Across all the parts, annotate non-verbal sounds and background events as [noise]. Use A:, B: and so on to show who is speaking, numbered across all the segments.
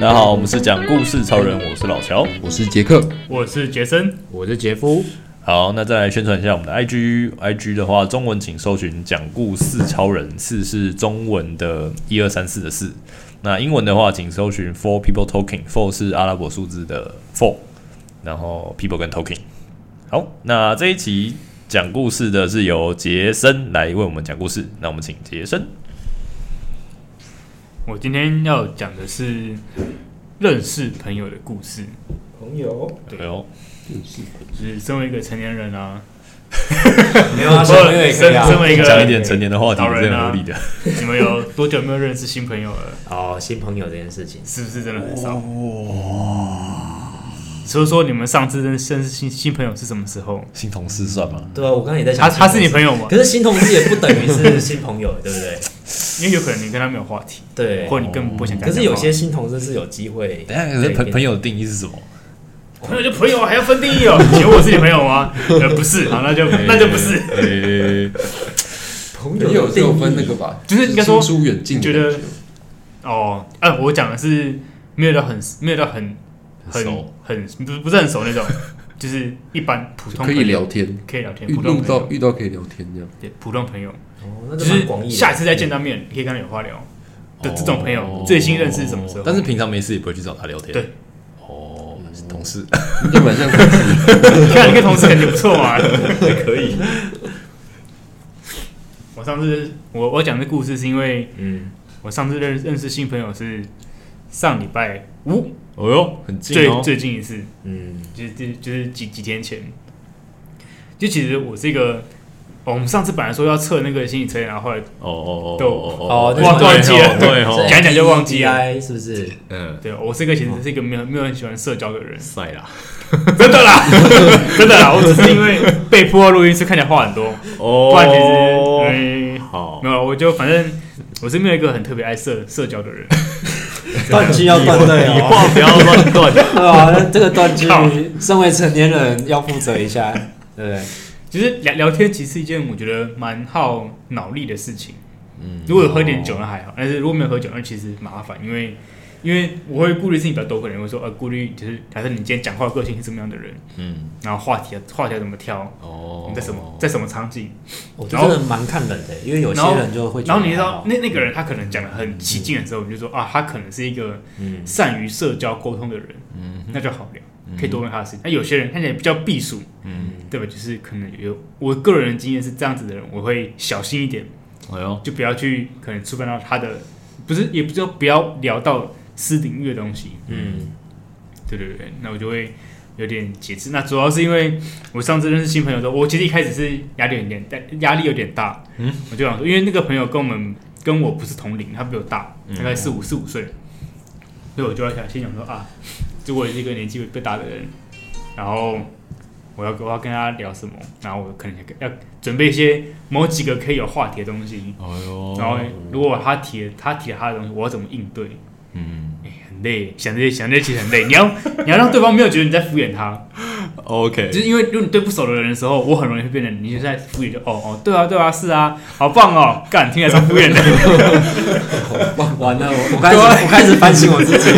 A: 大家好，我们是讲故事超人，我是老乔。
B: 我是杰克，
C: 我是杰森，
D: 我是杰夫，
A: 好，那再来宣传一下我们的 IG，IG 的话，中文请搜寻“讲故四超人”，四是中文的一二三四的四。那英文的话，请搜寻 “Four People Talking”，Four 是阿拉伯数字的 Four，然后 People 跟 Talking。好，那这一期讲故事的是由杰森来为我们讲故事，那我们请杰森。
C: 我今天要讲的是认识朋友的故事，
D: 朋友，
C: 对
A: 哎呦，
C: 就是身为一个成年人啊，
D: 没 [laughs] 有啊，小朋友也可以啊
C: 身。身为一个
A: 哎讲一点成年的话题
C: 老
A: 是
C: 人啊
A: 很合理的。
C: 你们有多久没有认识新朋友了？
D: 哦，新朋友这件事情，
C: 是不是真的很少？所以说你们上次认识认识新新朋友是什么时候？
A: 新同事算吗？
D: 对啊，我刚刚也在
C: 他
D: 想新同事，
C: 他是你朋友吗
D: 可？是新同事也不等于
C: [laughs]
D: 是新朋友，对不对？
C: 因为有可能你跟他没有话题，
D: 对
C: 或。者你根本不想跟
D: 可
C: 他讲话。
D: 是有些新同事是有机会，
A: 等一下，可是朋朋友的定义是什么？
C: 朋友就朋友啊，还要分定义哦？请问我是你朋友吗？呃，不是，好，那就那就不是。
A: 诶、
D: 朋
B: 朋
D: 友
B: 友
D: 的
B: 是
D: 定
B: 有
D: 义
B: 分那个吧，
C: 就是应该说
B: 亲疏远近的
C: 觉
B: 感觉，
C: 得哦，啊，我讲的是没有到很没有到很
A: 很
C: 很
A: 熟
C: 很不是不是很熟那种，就是一般普通
B: 可
C: 朋
B: 以
C: 友
B: 聊天，
C: 可以聊天，
B: 遇
C: 普通
B: 遇
C: 朋
B: 到
C: 友
B: 遇到可以聊天这样。
C: 对普通朋友，
D: 哦，那
C: 就
D: 就蛮
C: 是
D: 广义的。
C: 下一次再见到面，你可以跟他有话聊的这种朋友
A: 哦，
C: 最新认识是什么时候？
A: 但是平常没事也不会去找他聊天。
C: 对，
A: 哦，是同事
B: 就蛮像 [laughs] 同事，
C: 你看你跟同事感觉不错啊嘛。
D: 可以，
C: 我上次我我讲这故事是因为
D: 嗯，
C: 我上次认认识新朋友是上礼拜五
A: 哦哟，很近
C: 最
A: 哦。
C: 最近一次，
D: 嗯，
C: 就是就是就是几几天前，就其实我是一个，哦我们上次本来说要测那个心理测验，然后后来
A: 哦哦
C: 对
A: 哦
D: 哦
A: 忘
D: 忘
A: 忘
D: 忘
A: 记
D: 记
A: 了，
C: 了
A: 对哦，
C: 讲一讲就忘记了
D: I 是不是？
A: 嗯，，
C: 对啊我是一个其实是一个没有没有很喜欢社交的人 [laughs]
A: 晒啦。
C: 真的啦， [laughs] 真的啦，我只是因为被迫录音是看起来话很多，
A: 哦
C: 不然其实、哎
A: 好
C: 没，有，我就反正我是没有一个很特别爱社社交的人，
D: 断句要断对
A: 你
D: 哦，
A: 话不要乱断。
D: 对吧？这个断句
C: 靠，
D: 身为成年人要负责一下，对不对？
C: 其实聊聊天其实是一件我觉得蛮耗脑力的事情。嗯，如果有喝点酒那还好，但是如果没有喝酒，那其实麻烦，因为因为我会顾虑事情比较多，可能会说呃顾虑就是假设你今天讲话的个性是什么样的人，
A: 嗯，
C: 然后话题要话题要怎么挑，
A: 哦
C: 你在什么在什么场景，
D: 我觉得真的蛮看人的，因为有
C: 嗯
D: 些
C: 然后
D: 人就会觉得
C: 然后你知
D: 还
C: 道
D: 好，
C: 那那个人他可能讲的很起劲的时候，你就说啊他可能是一个
D: 嗯，
C: 善于社交沟通的人，嗯，那就好聊，可以多问他的事情。那有些人看起来比较避暑，嗯，对吧？就是可能有我个人的经验是这样子的人，我会小心一点。
A: 哎呦，
C: 就不要去可能触犯到他的，不是也不是说不要聊到私领域的东西。
D: 嗯，
C: 对对对，那我就会有点节制。那主要是因为我上次认识新朋友的时候，我其实一开始是压力有点大，压力有点大。嗯，我就想说，因为那个朋友跟我们跟我不是同龄，他比我大，大概四五四五岁，所以我就要想心想说啊，就我也是一个年纪比较大的人，然后。我要我要跟他聊什么，然后我可能要要准备一些某几个可以有话题的东西，
A: 哎呦，
C: 然后如果他提了他提了他的东西，我要怎么应对？
A: 嗯
C: 哎很累，想这些想这些其实很累。你要 [laughs] 你要让对方没有觉得你在敷衍他，
A: ，OK，
C: 就是因为如果你对不熟的人的时候，我很容易会变成你就在敷衍，就哦哦，对啊对啊是啊，好棒哦，干听起来超敷衍的。
D: 完完了，我我开始我开始反省
C: [laughs]
D: 我自己，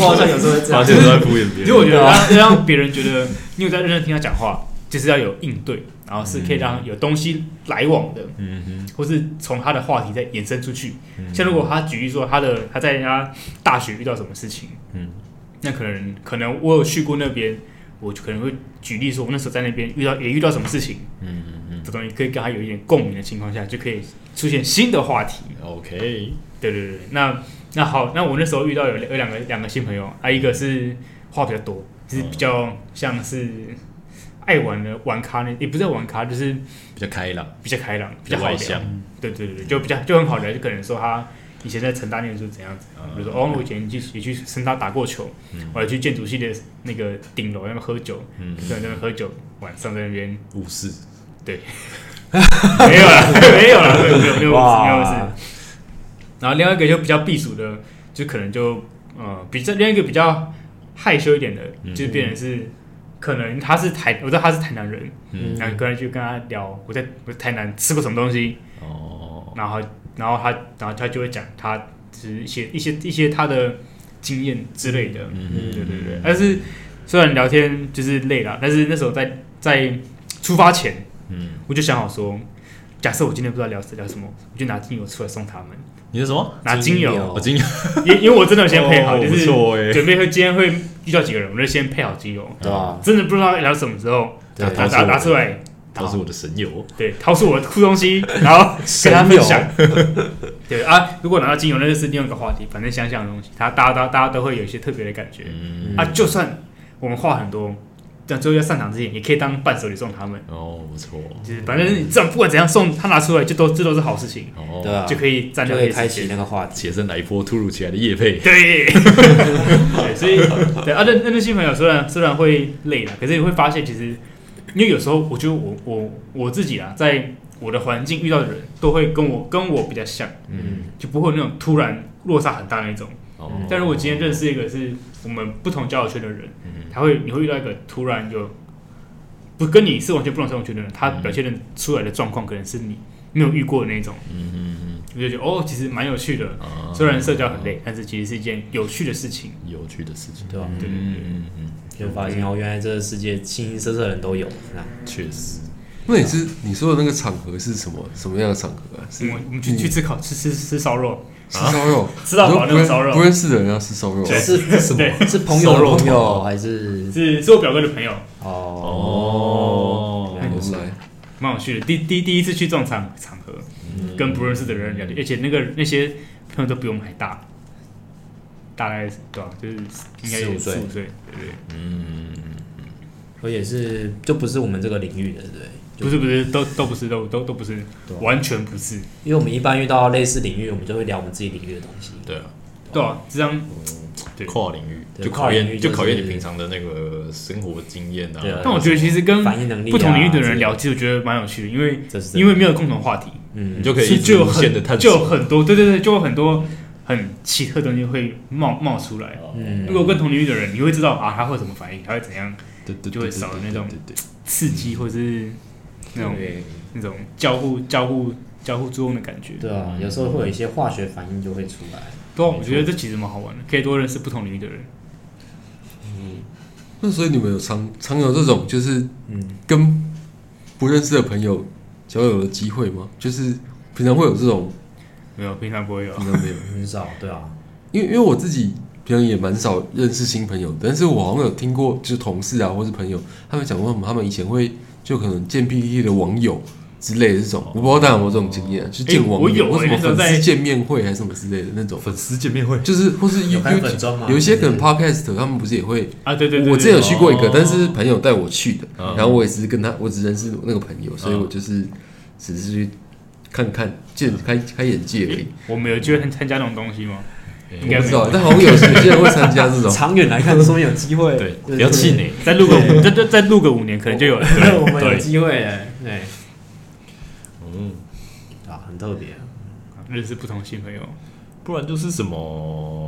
D: 我好像有时候会这
A: 发
D: 样，
A: 现都在敷衍别人
C: 其实。我觉得
D: 对啊
C: 让让别人觉得你有在认真听他讲话，就是要有应对，然后是可以让有东西来往的。
A: 嗯哼，嗯
C: 或是从他的话题再延伸出去。像如果他举例说他的他在人家大学遇到什么事情，
A: 嗯，
C: 那可能可能我有去过那边，我就可能会举例说，我那时候在那边遇到也遇到什么事情，
A: 嗯嗯嗯
C: 这东西可以跟他有一点共鸣的情况下，就可以出现新的话题。
A: 哦，OK，
C: 对对对对，那那好，那我那时候遇到有有两个两个新朋友，啊，一个是话比较多，就是比
A: 嗯
C: 较像是爱玩的玩咖那，也不是玩咖，就是
A: 比较开朗，
C: 比较开朗，
A: 比
C: 比
A: 较
C: 较好
A: 外
C: 聊
A: 向。
C: 对对对，就比较就很好聊，就可能说他以前在成大念书怎样子，
A: 嗯
C: 比如说哦，我以前去也去成大打过球，我还去建筑系的那个顶楼那边喝酒，
A: 嗯
C: 一个人在那边喝酒，晚上在那边
A: 武士，
C: 对，没有啦， [laughs] 没有啦，没有没有没有没有没有
D: 哇
C: 事。然后另外一个就比较避暑的，就可能就呃，比这另外一个比较害羞一点的，
A: 嗯
C: 就是变成是可能他是台，我知道他是台南人，
D: 嗯
C: 然后可能就跟他聊我在我在台南吃过什么东西，
A: 哦，
C: 然后然后他然后他就会讲他就是一些一些一些他的经验之类的。
A: 嗯
C: 对对对。但是虽然聊天就是累了，但是那时候在在出发前，
A: 嗯，
C: 我就想好说，假设我今天不知道聊聊什么，我就拿精油出来送他们。
A: 你是什么？
C: 拿精
D: 精
C: 油
D: 油，
A: 我今天
C: [laughs] 因因为我真的有先配好，
A: 哦
C: 就
A: 不
C: 是
A: 错欸
C: 准备会今天会遇到几个人，我就先配好精油。
D: 对吧？
C: 真的不知道聊什么时候，
D: 对
C: 拿拿拿出来，哦
A: 他是我的神友，
C: 对，掏出我的酷东西，然后跟他分享。 [laughs] 对啊，如果拿到精油，那就是另外一个话题，反正想想的东西，他大家大家大家都会有一些特别的感觉、
A: 嗯，
C: 啊。就算我们话很多，但最后要上场之前，也可以当伴手礼送他们。
A: 哦，不错，
C: 就是反正你这样不管怎样送，他拿出来就都这都是好事情，
A: 哦，
D: 对啊，
C: 就可以占
D: 就
C: 掉
D: 可以
C: 一些
D: 开
C: 时
D: 启
C: 间
D: 那个话题。
A: 且身来一波突如其来的夜配，
C: 对， [laughs] 对，所以对啊，认认识新朋友虽然虽然会累了，可是你会发现其实，因为有时候我觉得我我我自己啊，在我的环境遇到的人都会跟我跟我比较像，
D: 嗯，
C: 就不会有那种突然落差很大那一种。
A: 哦
D: 嗯
C: 但如果今天认识一个是我们不同交友圈的人，
A: 嗯
C: 他会你会遇到一个突然有不跟你是完全不同交友圈的人，他表现的出来的状况可能是你没有遇过的那种，
A: 嗯嗯
C: 我就觉得哦，其实蛮有趣的
A: 嗯。啊
C: 虽然社交很累，但是其实是一件有趣的事情。
A: 有趣的事情，
D: 对吧？
C: 对对对
A: 嗯嗯
D: 就发现哦，原来这个世界形形色色的人都有，那
A: 嗯，确实，
B: 那你是你说的那个场合是什么什么样的场合啊？
C: 我
A: 嗯
B: 是
C: 们我们去
B: 你
C: 去吃烤吃吃吃烧肉，
B: 吃烧肉，
C: 吃到饱
B: 你说不
C: 那种
B: 认
C: 烧肉
B: 不认识的人要吃烧肉啊，
C: 对
D: 是是什么？是朋友
A: 瘦肉
D: 的朋友
A: 团
D: 还是
C: 是是我表哥的朋友，
D: 哦？
A: 哦
D: 原来
B: 我来，
C: 蛮有趣的。第第第一次去这种场场合，
D: 嗯
C: 跟不认识的人聊天，而且那个那些朋友都比我们还大，大概对吧、就是应该有
D: 15岁
C: 四五岁，对不对？
A: 嗯，
D: 而且是就不是我们这个领域的，对不对？就
C: 不是不是，都都不是，都都都不是，
D: 对啊
C: 完全不是，
D: 因为我们一般遇到类似领域，我们就会聊我们自己领域的东西。
A: 对啊，
C: 对啊，这张对
A: 跨领域
D: 对
A: 就考
D: 跨领
A: 验
D: 域
A: 就
D: 就是
A: 考验你平常的那个生活经验
D: 对
A: 啊
D: 啊，
C: 但我觉得其实跟
D: 反应能力啊
C: 不同领域的人聊，其实我觉得蛮有趣的，因为
D: 这是真的
C: 因为没有共同话题，
D: 嗯
A: 你，就可以
C: 所以就有
A: 无限的探
C: 很就有
A: 索，
C: 很多，对对对，就有很多很奇特的东西会冒冒出来。
D: 嗯
C: 如果跟同领域的人，你会知道啊，他会怎么反应，他会怎样
A: 对对，
C: 就会少了那种
A: 对对，对
C: 刺激，或者是那种
D: 对
C: 那种交互交互交互作用的感觉。
D: 对啊，有时候会有一些化学反应就会出来。
C: 对啊，我觉得这其实蛮好玩的，可以多认识不同领域的人。
B: 那所以你们有常常有这种就是
D: 嗯，
B: 跟不认识的朋友交友的机会吗？就是平常会有这种，
C: 没有，平常不会有。啊
B: 平常没有，
D: 很少，对啊，
B: 因为因为我自己平常也蛮少认识新朋友，但是我好像有听过，就是同事啊，或是朋友，他们讲过什么，他们以前会就可能见 PPT 的网友之类的这种，我不知道大家有没有这种经验啊，就见网
C: 我有
B: 友或什
C: 欸
B: 么
C: 那时
B: 粉
C: 候在
B: 丝见面会还是什么之类的那种，
A: 粉丝见面会，
B: 就是或是
D: 有
B: You
D: 开粉专吗
B: You 有一些可能 Podcast 他们不是也会
C: 啊，对对对，哦
B: 我之前有去过一个
A: 哦，
B: 但是朋友带我去的，
A: 嗯
B: 然后我也只是跟他，我只认识那个朋友，所以
A: 嗯
B: 我就是只是去看看，见开开眼界而
C: 对对
B: 已。
C: [laughs] 我们有机会参参加那种东西吗？应该
B: 我不
C: 没
B: 知
C: 有
B: 道，但好像有有些人会参加这种，
D: 长远来看，说明有机会。
A: 对，不要气馁，
C: 再录个五再再再录个五年，可能就有了。
D: 对， [laughs] 我们有
A: 对
D: 机会了，对，
A: 嗯，
D: 啊，很特别啊。
C: 认识不同新朋友，
A: 不然就是什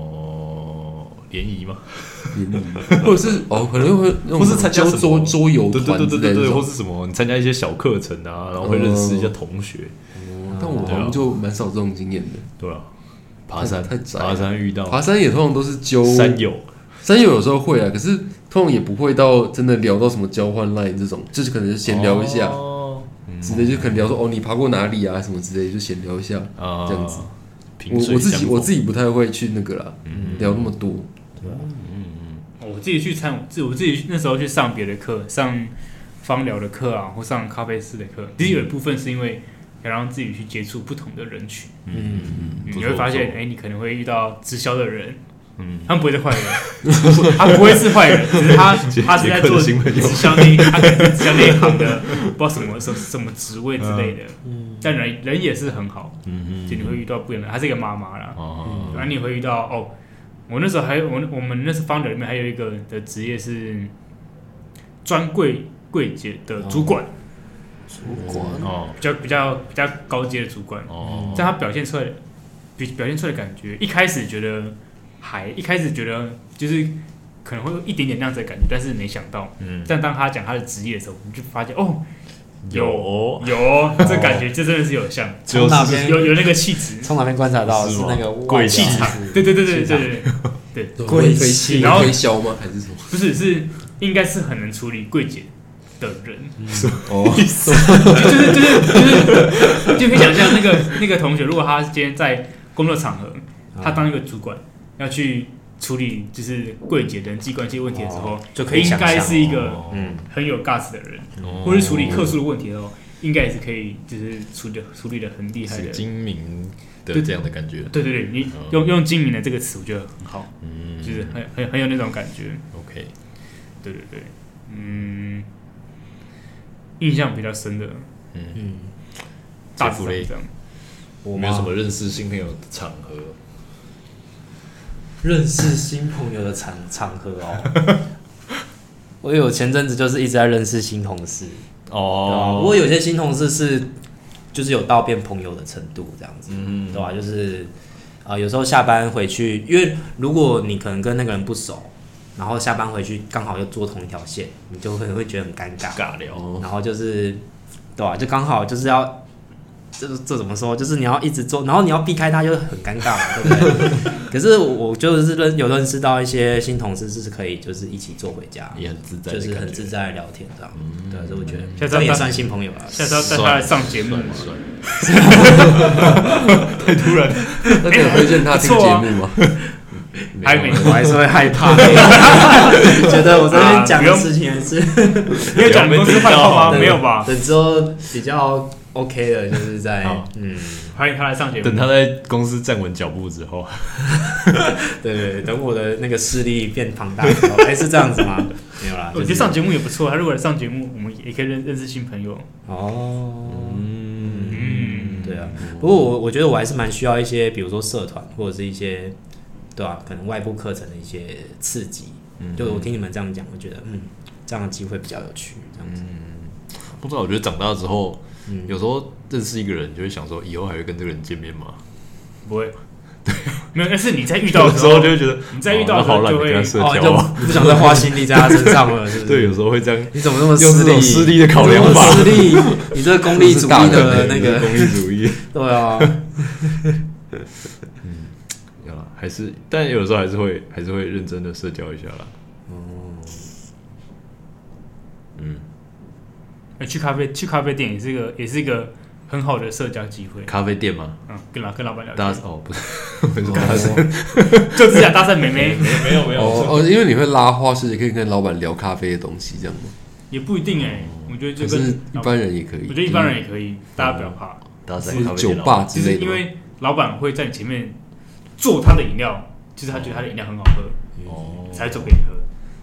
A: 么联谊嘛， [laughs]
B: 或者是哦，可能会那种
A: 或是参加什么
B: 桌桌游
A: 对对
B: 团
A: 对
B: 之
A: 对对
B: 类的
A: 对，
B: 这
A: 或
B: 种。
A: 是什么你参加一些小课程啊，然后会认识一些同学，
B: 但我好
A: 啊
B: 像就蛮少这种经验的。
A: 对啊，爬山
B: 太窄了
A: 爬山遇到
B: 爬山也通常都是揪
A: 山友，
B: 山友有时候会啊，可是通常也不会到真的聊到什么交换 line 这种，就是可能就闲聊一下
A: 哦
B: 之类，就可能聊说哦你爬过哪里啊什么之类，就闲聊一下
A: 啊
B: 这样子。
A: 萍
B: 我
A: 水
B: 我自己
A: 相嗯
B: 我
A: 逢
B: 自己不太会去那个啦，聊那么多。
C: 哦我自己去参，自我自己那时候去上别的课，上芳疗的课啊，或上咖啡师的课。其实有一部分是因为要让自己去接触不同的人群，
D: 嗯，
A: 不
C: 你
A: 错
C: 会发现，
A: 不
C: 哎、
A: 错
C: 你可能会遇到直销的人，
A: 嗯，
C: 他们不会是坏人， [laughs] 他不会是坏
A: [laughs]
C: 人，只是他
A: 杰
C: 他是在做
A: 杰
C: 直
A: 克的新朋友
C: 销那一，他可能是直销那一行的，不知道
A: [laughs]
C: 什么什么什么职位之类的。但人人也是很好，
A: 嗯
C: 就你会遇到不一样的人，她是一个妈妈啦，
A: 哦
C: 然后你会遇到哦，我那时候还有我我们那时候 founder 里面还有一个的职业是专柜柜姐的主管，
D: 主管
A: 哦
C: 比较比较比较高阶的主管，
A: 哦，
C: 但他表现出来的比表现出来的感觉，一开始觉得还一开始觉得就是可能会有一点点那样子的感觉，但是没想到，
A: 嗯
C: 但当他讲他的职业的时候，你就发现哦，
A: 有哦
C: 有，这感觉这真的是有像，
A: 就是
D: 从哪边
C: 有有那个气质，
D: 从哪边观察到
A: 是
D: 是
A: 吗
D: 那个
A: 贵气
D: 场，
C: 对对对对
D: 气场
C: 对对，
B: 推
D: 贵气
C: 然后
B: 推销吗？还是什么？
C: 不是是应该是很能处理柜姐的人，
B: 哦，
C: 就是就是 [laughs] 就是，就可以想象那个那个同学，如果他今天在工作场合，他当一个主管，要去处理就是柜姐人际关系问题的时候，
D: 就可以
C: 应
D: 想象
C: 该是一个
A: 嗯，
C: 很有 guts 的人，
A: 哦
C: 或是处理客诉的问题的时候，应该也是可以就是处理处理的很厉害
A: 是
C: 的。
A: 精明的
C: 对
A: 这样的感觉。
C: 对对对，你用用“精明”的这个词，我觉得很好，就是很很很有那种感觉。
A: OK，
C: 对对对，嗯，印象比较深的，
A: 嗯
C: 嗯，大福类这样。
A: 我
D: 我
A: 没有
D: 吗
A: 什么认识新朋友的场合，
D: 认识新朋友的场场合哦。我有前阵子就是一直在认识新同事，对吧？不
A: 哦，
D: 过有些新同事是就是有到变朋友的程度这样子，
A: 嗯
D: 对吧？就是啊、呃有时候下班回去，因为如果你可能跟那个人不熟，然后下班回去刚好又坐同一条线，你就会会觉得很尴尬。
A: 尬聊，
D: 然后就是，对啊吧、就刚好就是要，这这怎么说？就是你要一直做，然后你要避开他，就很尴尬嘛，对不对？ [laughs] 可是我就是认有认识到一些新同事，是可以就是一起坐回家，
A: 也很自在，
D: 就是很自。在地聊天这样，
A: 嗯
D: 对啊，所以我觉得
C: 下次要
D: 这也
C: 当
D: 算新朋友啊。
C: 下次要带他来上节目
A: 算
C: 吗？
A: 了算了，
C: 太突然，
B: [laughs] 那你有推荐他听节目
A: 啊
B: 吗？
C: 还没
D: 我还是
A: [laughs]
D: 会害怕， [laughs] 觉得我这
C: 啊
D: 边讲的事情还是
C: 你有讲公司坏话吗？啊没有吧？
D: 等之后比较 OK 的，就是在
A: 好
D: 嗯，
C: 欢迎他来上节
A: 等
C: 目。
A: 他在公司站稳脚步之后，
D: 对对对，等我的那个势力变庞大的时候，哎，是这样子吗？没有啦，
C: 我觉
D: 就
C: 得
D: 是
C: 哦上节目也不错，他如果来上节目，我们也可以认认识新朋友。
D: 哦，
A: 嗯，
C: 嗯，
D: 对啊。不过我我觉得我还是蛮需要一些，比如说社团或者是一些，对啊，可能外部课程的一些刺激。
A: 嗯
D: 就我听你们这样讲，我觉得嗯，这样的机会比较有趣，这样子。
A: 不知道，我觉得长大之后，
D: 嗯
A: 有时候认识一个人，就会想说，以后还会跟这个人见面吗？
C: 不会， [laughs] 没有。但是你在遇
A: 有
C: 到的
A: 时
C: 时
A: 候
C: 候，
A: 就会觉得，
C: 你在遇
A: 哦
C: 到
A: 那
C: 的时
A: 好
C: 候
A: 懒
C: 就
A: 得
C: 会
A: 跟他社
D: 哦，你
A: 交
D: 就
A: 啊。
D: 不想再花心力在他身上了，是不是？
A: [laughs] 对，有时候会这样，
D: 你怎么那么
A: 用这
D: 势利？
A: 种私利的考量
D: 你
A: 法
D: 这么势利，你这个功利主义的呃那
A: 对
D: 个，
A: 功利主义。
D: [laughs] 对啊，
A: [laughs] 有啦，还是，但有时候还是会，还是会认真的社交一下啦。
C: 哎去咖啡去咖啡店也是一个也是一个很好的社交机会。
A: 咖啡店吗？
C: 嗯，跟老跟老板聊
A: 大
C: 天
A: 家，哦，不是， [laughs] 不是咖啡，
C: 就只想搭讪妹妹，
A: 没有没啊
B: 哦哦，因为你会拉花，所以可以跟老板聊咖啡的东西，这样吗？
C: 也不一定哎。我觉得
B: 可
C: 就是跟
B: 一般人也可以，
C: 我觉得一般人也可以，大家不要怕，
A: 大家在
B: 或
A: 咖啡店
B: 者酒
A: 聊
B: 吧之
C: 就是
B: 类的
C: 因
B: 吗。
C: 为老板会在你前面做他的饮料，就是他觉得他的饮料很好喝，
A: 哦，
C: 才做给你喝，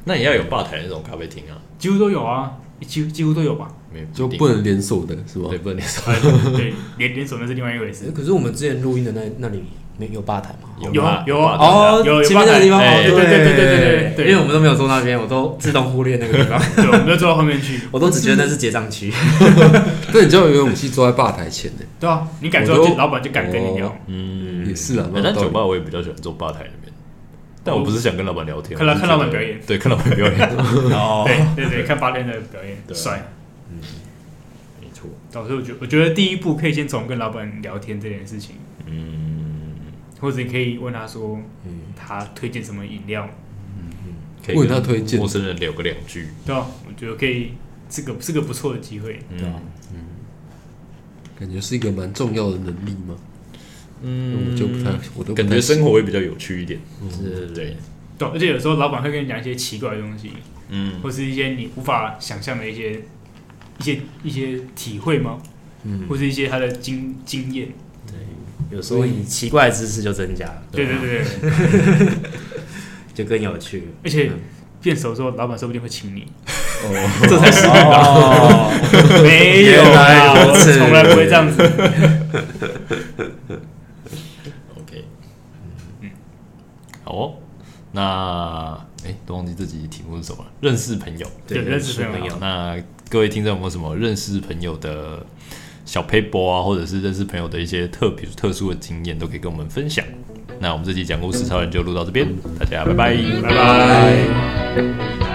A: 那也要有吧台那种咖啡厅啊，
C: 几乎都有啊，几乎几乎都有 [laughs] 吧。
A: 没
B: 就
A: 一定
B: 不能连锁的是吗
A: 对？不能连锁，
C: 对，连连锁那是另外一回事。
D: 可是我们之前录音的那那里没有吧台吗？
C: 有啊有啊
D: 哦，
C: 有有
D: 前面那个地方，
A: 吧台
D: 哦
A: 哎
C: 对
D: 对
C: 对对对对对
D: 因为我们都没有坐那边，我都自动忽略那个地方，
C: 对，我们就坐到后面去。
D: 我都只觉得那是结账区。
B: 但你知道有勇气坐在吧台前呢？
C: [laughs] 对啊，你敢说，
B: 我都
C: 就哦老板就敢跟你聊。
A: 嗯，
B: 也是啊，蛮有
A: 但
B: 道理
A: 酒吧我也比较喜欢坐吧台那边，但我不是想跟老板聊天，
C: 看
A: 我是
C: 看老板
A: 觉得
C: 表演
A: 对，看老板表演，
B: [laughs]
D: 哦
C: 对对 [laughs] 对，嗯看八天的表演
A: 对啊
C: 帅。
A: 没错，
C: 导致我觉得，我觉得第一步可以先从跟老板聊天这件事情，
A: 嗯，
C: 或者你可以问他说，他推荐什么饮料，
A: 可以跟
B: 问他推荐
A: 陌生人聊个两句，
C: 对吧？我觉得可以，这个是个不错的机会。
D: 对啊，
B: 感觉是一个蛮重要的能力嘛。嗯，我就不太，我都不太
A: 感觉生活会比较有趣一点，
B: 嗯
D: 是
A: 对，
C: 对，而且有时候老板会跟你讲一些奇怪的东西，
A: 嗯，
C: 或是一些你无法想象的一些一些一些体会吗？嗯，或是一些他的经经验。
D: 有时候你奇怪的知识就增加了，
C: 对对对，对
D: 就更有趣。
C: 而且变熟之后，老板说不定会请你。
D: 这才是哦，
C: 没有
D: 原来
C: 啊，
D: 如
C: 我
D: 此
C: 从来不会这样子。
A: OK，好哦，那哎、都忘记这集题目是什么了，认识朋友。
C: 对认识朋友
A: 好那各位听众有没有什么认识朋友的小 paper 啊，或者是认识朋友的一些特别特殊的经验，都可以跟我们分享。那我们这期讲故事超人就录到这边，大家拜拜，拜
C: 拜拜。